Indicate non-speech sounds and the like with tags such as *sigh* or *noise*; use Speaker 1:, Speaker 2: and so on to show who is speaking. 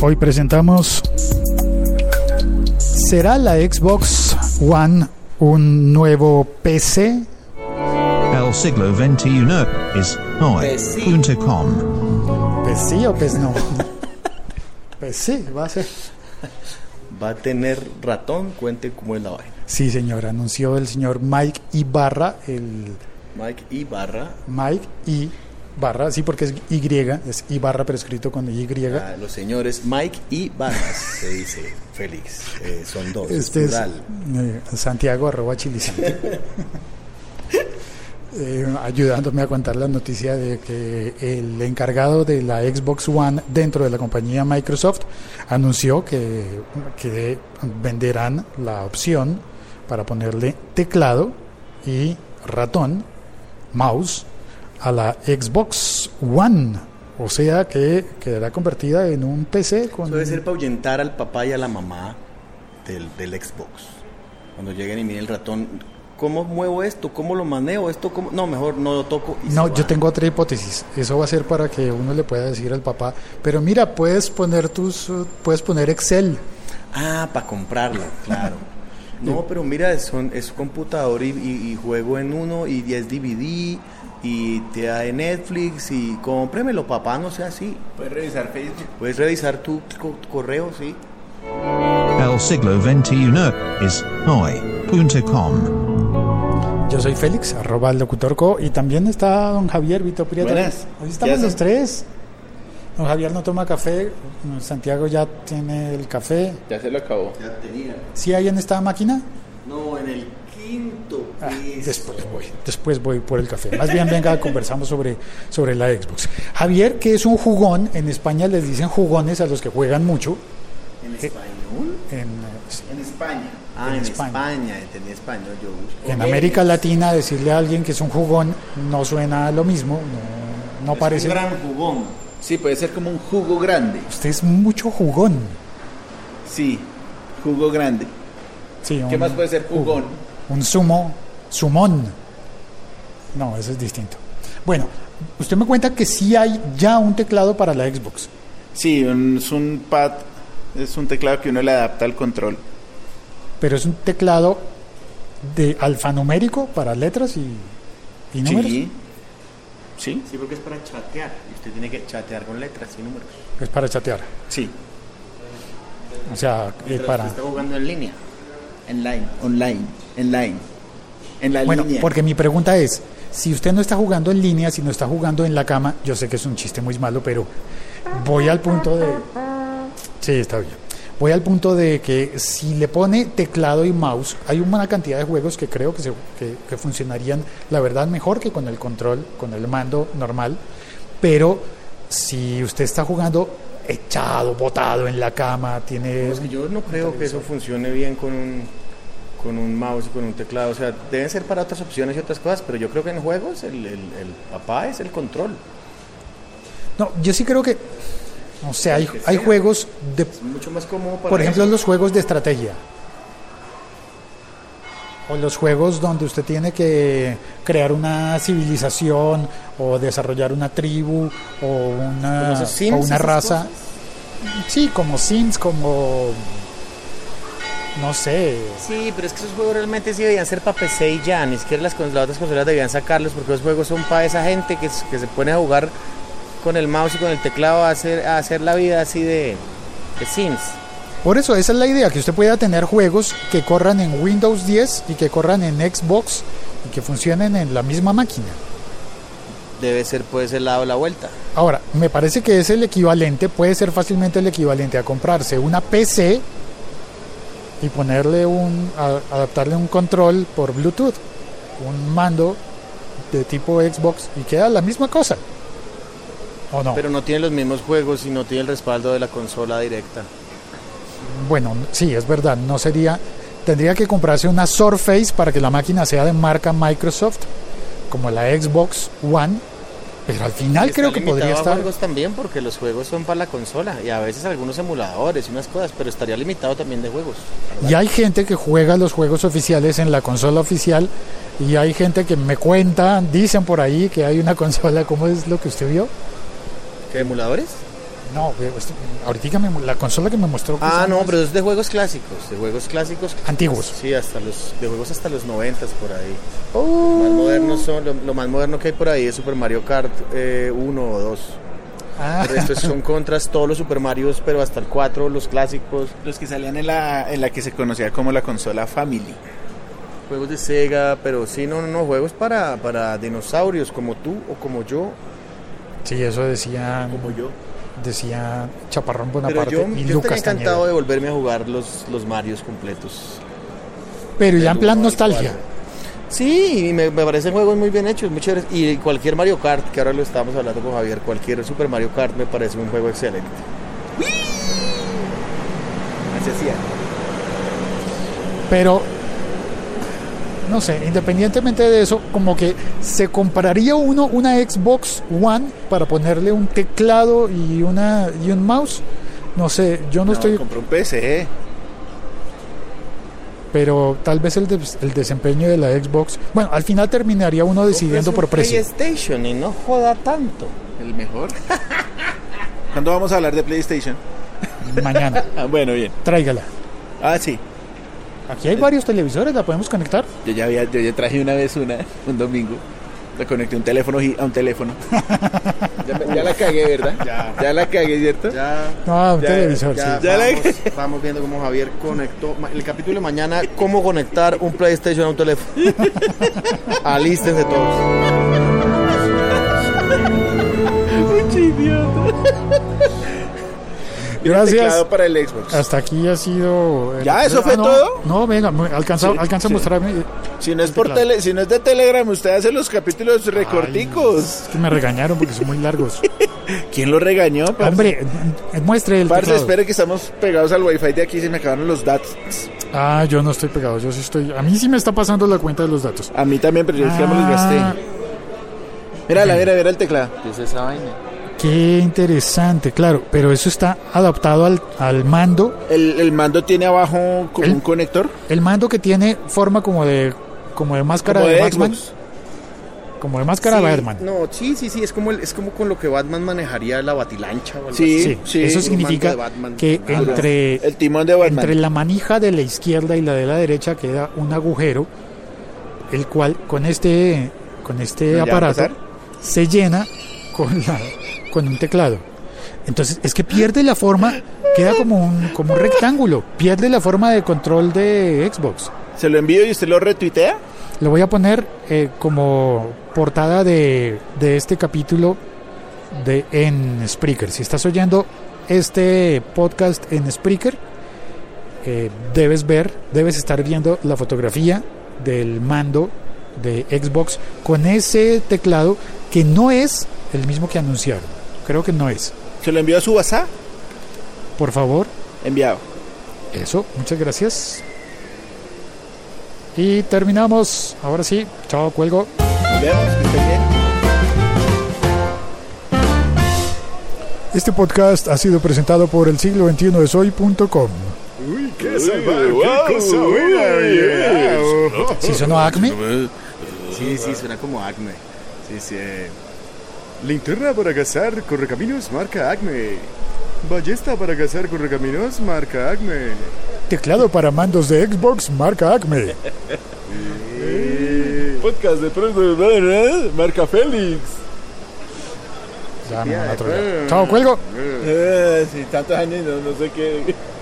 Speaker 1: Hoy presentamos ¿Será la Xbox One un nuevo PC?
Speaker 2: El siglo XXI es hoy.com.
Speaker 1: Pues sí o pues no. Pues sí, va a ser.
Speaker 3: Va a tener ratón, cuente cómo es la vaina.
Speaker 1: Sí, señor, anunció el señor Mike Ibarra, el
Speaker 3: Mike y barra.
Speaker 1: Mike I barra, sí, porque es Y, es I barra, pero escrito con Y.
Speaker 3: a ah, los señores Mike y Barras, se dice Félix. Eh, son dos. es
Speaker 1: Este es
Speaker 3: plural.
Speaker 1: eh, Santiago *laughs* arroba chilisante. Eh, ayudándome a contar la noticia de que el encargado de la Xbox One dentro de la compañía Microsoft anunció que, que venderán la opción para ponerle teclado y ratón, mouse, a la Xbox One. O sea que quedará convertida en un PC con...
Speaker 3: Eso debe ser para ahuyentar al papá y a la mamá del, del Xbox. Cuando lleguen y miren el ratón, ¿cómo muevo esto? ¿Cómo lo manejo? ¿Esto cómo? No, mejor no lo toco. y se
Speaker 1: No, yo
Speaker 3: va.
Speaker 1: tengo otra hipótesis. Eso va a ser para que uno le pueda decir al papá, pero mira, puedes poner tus, eh, puedes poner Excel.
Speaker 3: Ah, para comprarlo, *laughs* claro. No, pero mira, son, es computador y, y- y juego en uno y 10 DVD y te da de Netflix y cómpremelo, papá, no sea así.
Speaker 4: Puedes revisar Facebook.
Speaker 3: Puedes revisar tu, co- tu correo, sí.
Speaker 2: El siglo XXI es hoy.com.
Speaker 1: Yo soy Félix, arroba el locutorco, y también está don Javier Vito Prieto.
Speaker 3: Buenas.
Speaker 1: Hoy
Speaker 3: ¿Qué
Speaker 1: estamos
Speaker 3: hace?
Speaker 1: los tres. Don Javier no toma café, Santiago ya tiene el café.
Speaker 4: Ya se lo acabó.
Speaker 3: Ya tenía.
Speaker 1: ¿Sí hay en esta máquina?
Speaker 3: No, en el quinto
Speaker 1: Ah, después voy, después voy por el café. Más bien venga, *laughs* conversamos sobre, sobre la Xbox. Javier, que es un jugón, en España les dicen jugones a los que juegan mucho.
Speaker 3: ¿En español?
Speaker 1: En, eh, sí.
Speaker 4: En España.
Speaker 3: Ah,
Speaker 1: En
Speaker 3: en,
Speaker 1: España.
Speaker 3: España. entendí español, yo busco.
Speaker 1: En América Latina decirle a alguien que es un jugón no suena a lo mismo, no, no parece.
Speaker 3: Un gran jugón.
Speaker 4: Sí, puede ser como un jugo grande.
Speaker 1: Usted es mucho jugón.
Speaker 4: Sí, jugo grande.
Speaker 1: Sí,
Speaker 4: ¿Qué
Speaker 1: un-
Speaker 4: más puede ser jugón?
Speaker 1: Un sumo, sumón. No, eso es distinto. Bueno, usted me cuenta que sí hay ya un teclado para la Xbox.
Speaker 4: Sí, un- es un pad, es un teclado que uno le adapta al control.
Speaker 1: pero es un teclado de alfanumérico para letras y, y números.
Speaker 4: Sí. Sí.
Speaker 3: Sí, porque es para chatear. Y usted tiene que chatear con letras y números.
Speaker 1: Es para chatear.
Speaker 4: Sí.
Speaker 1: O sea, eh,
Speaker 3: Mientras
Speaker 1: para.
Speaker 3: usted Está jugando en línea.
Speaker 4: Online, online, online. En la
Speaker 1: Bueno,
Speaker 4: línea.
Speaker 1: porque mi pregunta es: si usted no está jugando en línea, si no está jugando en la cama, yo sé que es un chiste muy malo, pero voy al punto de. Sí, está bien. Voy al punto de que si le pone teclado y mouse, hay una cantidad de juegos que creo que, se- que- que funcionarían, la verdad, mejor que con el control, con el mando normal. Pero si usted está jugando echado, botado en la cama, tiene...
Speaker 3: Pues que yo no creo que eso funcione bien con un, con un mouse y con un teclado. O sea, deben ser para otras opciones y otras cosas, pero yo creo que en juegos el, el- el papá es el control.
Speaker 1: No, yo sí creo que... O sea, hay, hay juegos de
Speaker 3: Es mucho más cómodo para.
Speaker 1: Por ejemplo, los juegos de estrategia. O los juegos donde usted tiene que crear una civilización o desarrollar una tribu o una,
Speaker 3: ¿Como esos Sims,
Speaker 1: o una
Speaker 3: esas
Speaker 1: raza. Sí, como Sims, como... No sé.
Speaker 3: Sí, pero es que esos juegos realmente sí debían ser para PC y ya, ni siquiera las, cons- las otras consolas debían sacarlos porque los juegos son para esa gente que, s- que se pone a jugar con el mouse y con el teclado a hacer, a hacer la vida así de, de Sims.
Speaker 1: Por eso, esa es la idea, que usted pueda tener juegos que corran en Windows 10 y que corran en Xbox y que funcionen en la misma máquina.
Speaker 3: Debe ser por ese lado la vuelta.
Speaker 1: Ahora, me parece que es el equivalente, puede ser fácilmente el equivalente a comprarse una PC y ponerle un, a- adaptarle un control por Bluetooth, un mando de tipo Xbox y queda la misma cosa. ¿O no?
Speaker 3: Pero no tiene los mismos juegos y no tiene el respaldo de la consola directa.
Speaker 1: bueno, sí, es verdad, no sería, tendría que comprarse una Surface para que la máquina sea de marca Microsoft, como la Xbox One, pero al final
Speaker 3: Está
Speaker 1: creo que
Speaker 3: limitado
Speaker 1: podría
Speaker 3: a
Speaker 1: estar...
Speaker 3: juegos también porque los juegos son para la consola y a veces algunos emuladores y unas cosas, pero estaría limitado también de juegos.
Speaker 1: Y hay gente que juega los juegos oficiales en la consola oficial y hay gente que me cuenta, *laughs* dicen por ahí que hay una consola, ¿cómo es lo que usted vio?
Speaker 3: ¿Qué emuladores?
Speaker 1: No, pero esto- ahorita me- la consola que me mostró. pues, que
Speaker 3: Ah,
Speaker 1: son
Speaker 3: no,
Speaker 1: las
Speaker 3: pero es de juegos clásicos, de juegos clásicos.
Speaker 1: Antiguos.
Speaker 3: Sí, hasta los, de juegos hasta los noventas por ahí. Los más modernos son, lo, lo más moderno que hay por ahí es Super Mario Kart 1 o 2.
Speaker 1: Ah,
Speaker 3: El resto son *laughs* contras, todos los Super Marios, pero hasta el 4, los clásicos,
Speaker 4: Los que salían en la, en la que se conocía como la consola Family.
Speaker 3: juegos de Sega, pero sí, no, no, no, juegos para, para dinosaurios como tú o como yo.
Speaker 1: sí, eso decía, decía Chaparrón
Speaker 3: Pero
Speaker 1: Bonaparte
Speaker 3: yo,
Speaker 1: y
Speaker 3: yo estaría
Speaker 1: Lucas
Speaker 3: encantado
Speaker 1: Castañeda.
Speaker 3: de volverme a jugar los, los Marios completos.
Speaker 1: Pero ya en
Speaker 3: El
Speaker 1: plan
Speaker 3: uno, el
Speaker 1: nostalgia.
Speaker 3: cuatro. Sí, y me, me parecen juegos muy bien hechos, muy chéveres. Y cualquier Mario Kart, que ahora lo estábamos hablando con Javier, cualquier Super Mario Kart me parece un juego excelente.
Speaker 4: Así hacía.
Speaker 1: Pero, no sé, independientemente de eso, como que se compraría uno una Xbox One para ponerle un teclado y, una, y un mouse. No sé, yo no,
Speaker 4: No,
Speaker 1: estoy,
Speaker 4: compró un ¿eh? PC.
Speaker 1: pero tal vez el, des- el desempeño de la Xbox. Bueno, al final terminaría uno decidiendo
Speaker 3: Compres
Speaker 1: por
Speaker 3: Pues un
Speaker 1: precio.
Speaker 3: PlayStation y no joda tanto.
Speaker 4: El mejor. *laughs* ¿Cuándo vamos a hablar de PlayStation?
Speaker 1: Mañana,
Speaker 4: Ah, bueno, bien.
Speaker 1: tráigala.
Speaker 4: Ah, sí.
Speaker 1: Aquí hay varios televisores, la podemos conectar.
Speaker 4: Yo ya, había, yo ya traje una vez una, un domingo. La conecté a un teléfono gi- a un teléfono.
Speaker 5: Ya, me- ya la cagué, ¿verdad?
Speaker 3: Ya.
Speaker 5: Ya la cagué, ¿cierto?
Speaker 3: Ya,
Speaker 1: No, un televisor,
Speaker 3: ya
Speaker 1: sí.
Speaker 4: Ya la-
Speaker 3: vamos, vamos viendo cómo Javier conectó. Ma- El capítulo de mañana, cómo conectar un PlayStation a un teléfono. *laughs* Alístense todos.
Speaker 1: Gracias.
Speaker 5: Teclado para el Xbox.
Speaker 1: Hasta aquí ha sido. el-
Speaker 4: ¿Ya? ¿Eso
Speaker 1: Ah,
Speaker 4: fue
Speaker 1: no,
Speaker 4: todo?
Speaker 1: No, venga, mu- alcanza,
Speaker 4: Sí,
Speaker 1: alcanza a
Speaker 4: sí.
Speaker 1: mostrarme.
Speaker 4: Si no es por
Speaker 1: Claro.
Speaker 4: tele, si no es de Telegram, usted hace los capítulos recorticos.
Speaker 1: Es que me regañaron porque son muy largos.
Speaker 4: ¿Quién lo regañó? parce?
Speaker 1: Hombre, eh, muestre el
Speaker 4: Parce,
Speaker 1: teclado.
Speaker 4: espere que estamos pegados al wifi de aquí se me acabaron los datos.
Speaker 1: Ah, yo no estoy pegado, yo sí estoy. A mí sí me está pasando la cuenta de los datos.
Speaker 4: A mí también, pero yo es que ya me los
Speaker 1: Ah,
Speaker 4: gasté. Mírala, mira, mira el teclado.
Speaker 5: ¿Qué es esa vaina?
Speaker 1: qué interesante, claro. Pero eso está adaptado al, al mando.
Speaker 4: El, el mando tiene abajo como
Speaker 1: ¿El?
Speaker 4: un conector.
Speaker 1: El mando que tiene forma como de como de máscara
Speaker 4: Como
Speaker 1: de,
Speaker 4: de
Speaker 1: Batman.
Speaker 4: Xbox.
Speaker 1: Como de máscara
Speaker 3: Sí,
Speaker 1: de Batman.
Speaker 3: No, sí, sí, sí, es como, el- es como con lo que Batman manejaría la batilancha o algo
Speaker 4: Sí.
Speaker 3: así.
Speaker 1: Sí,
Speaker 4: sí,
Speaker 1: eso
Speaker 4: un
Speaker 1: significa
Speaker 3: mando de Batman.
Speaker 1: que
Speaker 3: Ah,
Speaker 1: entre,
Speaker 4: El timón de Batman.
Speaker 1: entre la manija de la izquierda y la de la derecha queda un agujero, el cual con este, con este
Speaker 4: ¿Ya va a
Speaker 1: aparato
Speaker 4: empezar?
Speaker 1: se llena con, la- con un teclado. Entonces es que pierde la forma, queda como un, como un rectángulo, pierde la forma de control de Xbox.
Speaker 4: Se lo envío y usted lo retuitea.
Speaker 1: Lo voy a poner eh, como portada de, de este capítulo de, en Spreaker. Si estás oyendo este podcast en Spreaker, eh, debes ver, debes estar viendo la fotografía del mando de Xbox con ese teclado que no es el mismo que anunciaron. Creo que no es.
Speaker 4: Se lo envío a su WhatsApp.
Speaker 1: Por favor,
Speaker 4: Enviado.
Speaker 1: eso, muchas gracias. Y terminamos. Ahora sí, chao, cuelgo.
Speaker 4: Nos vemos. Que esté bien.
Speaker 1: Este podcast ha sido presentado por el siglo 21 de soy.com. Si sonó Acme,
Speaker 3: Sí, sí, suena como Acme. Sí, sí. eh.
Speaker 6: Linterna para cazar correcaminos marca Acme. Ballesta para cazar correcaminos marca Acme.
Speaker 1: teclado para mandos de Xbox marca Acme.
Speaker 6: Podcast de pronto, marca Félix.
Speaker 1: Ya me van a trollar. Chao, cuelgo.
Speaker 4: Eh, sí, tantos años, no, no sé qué.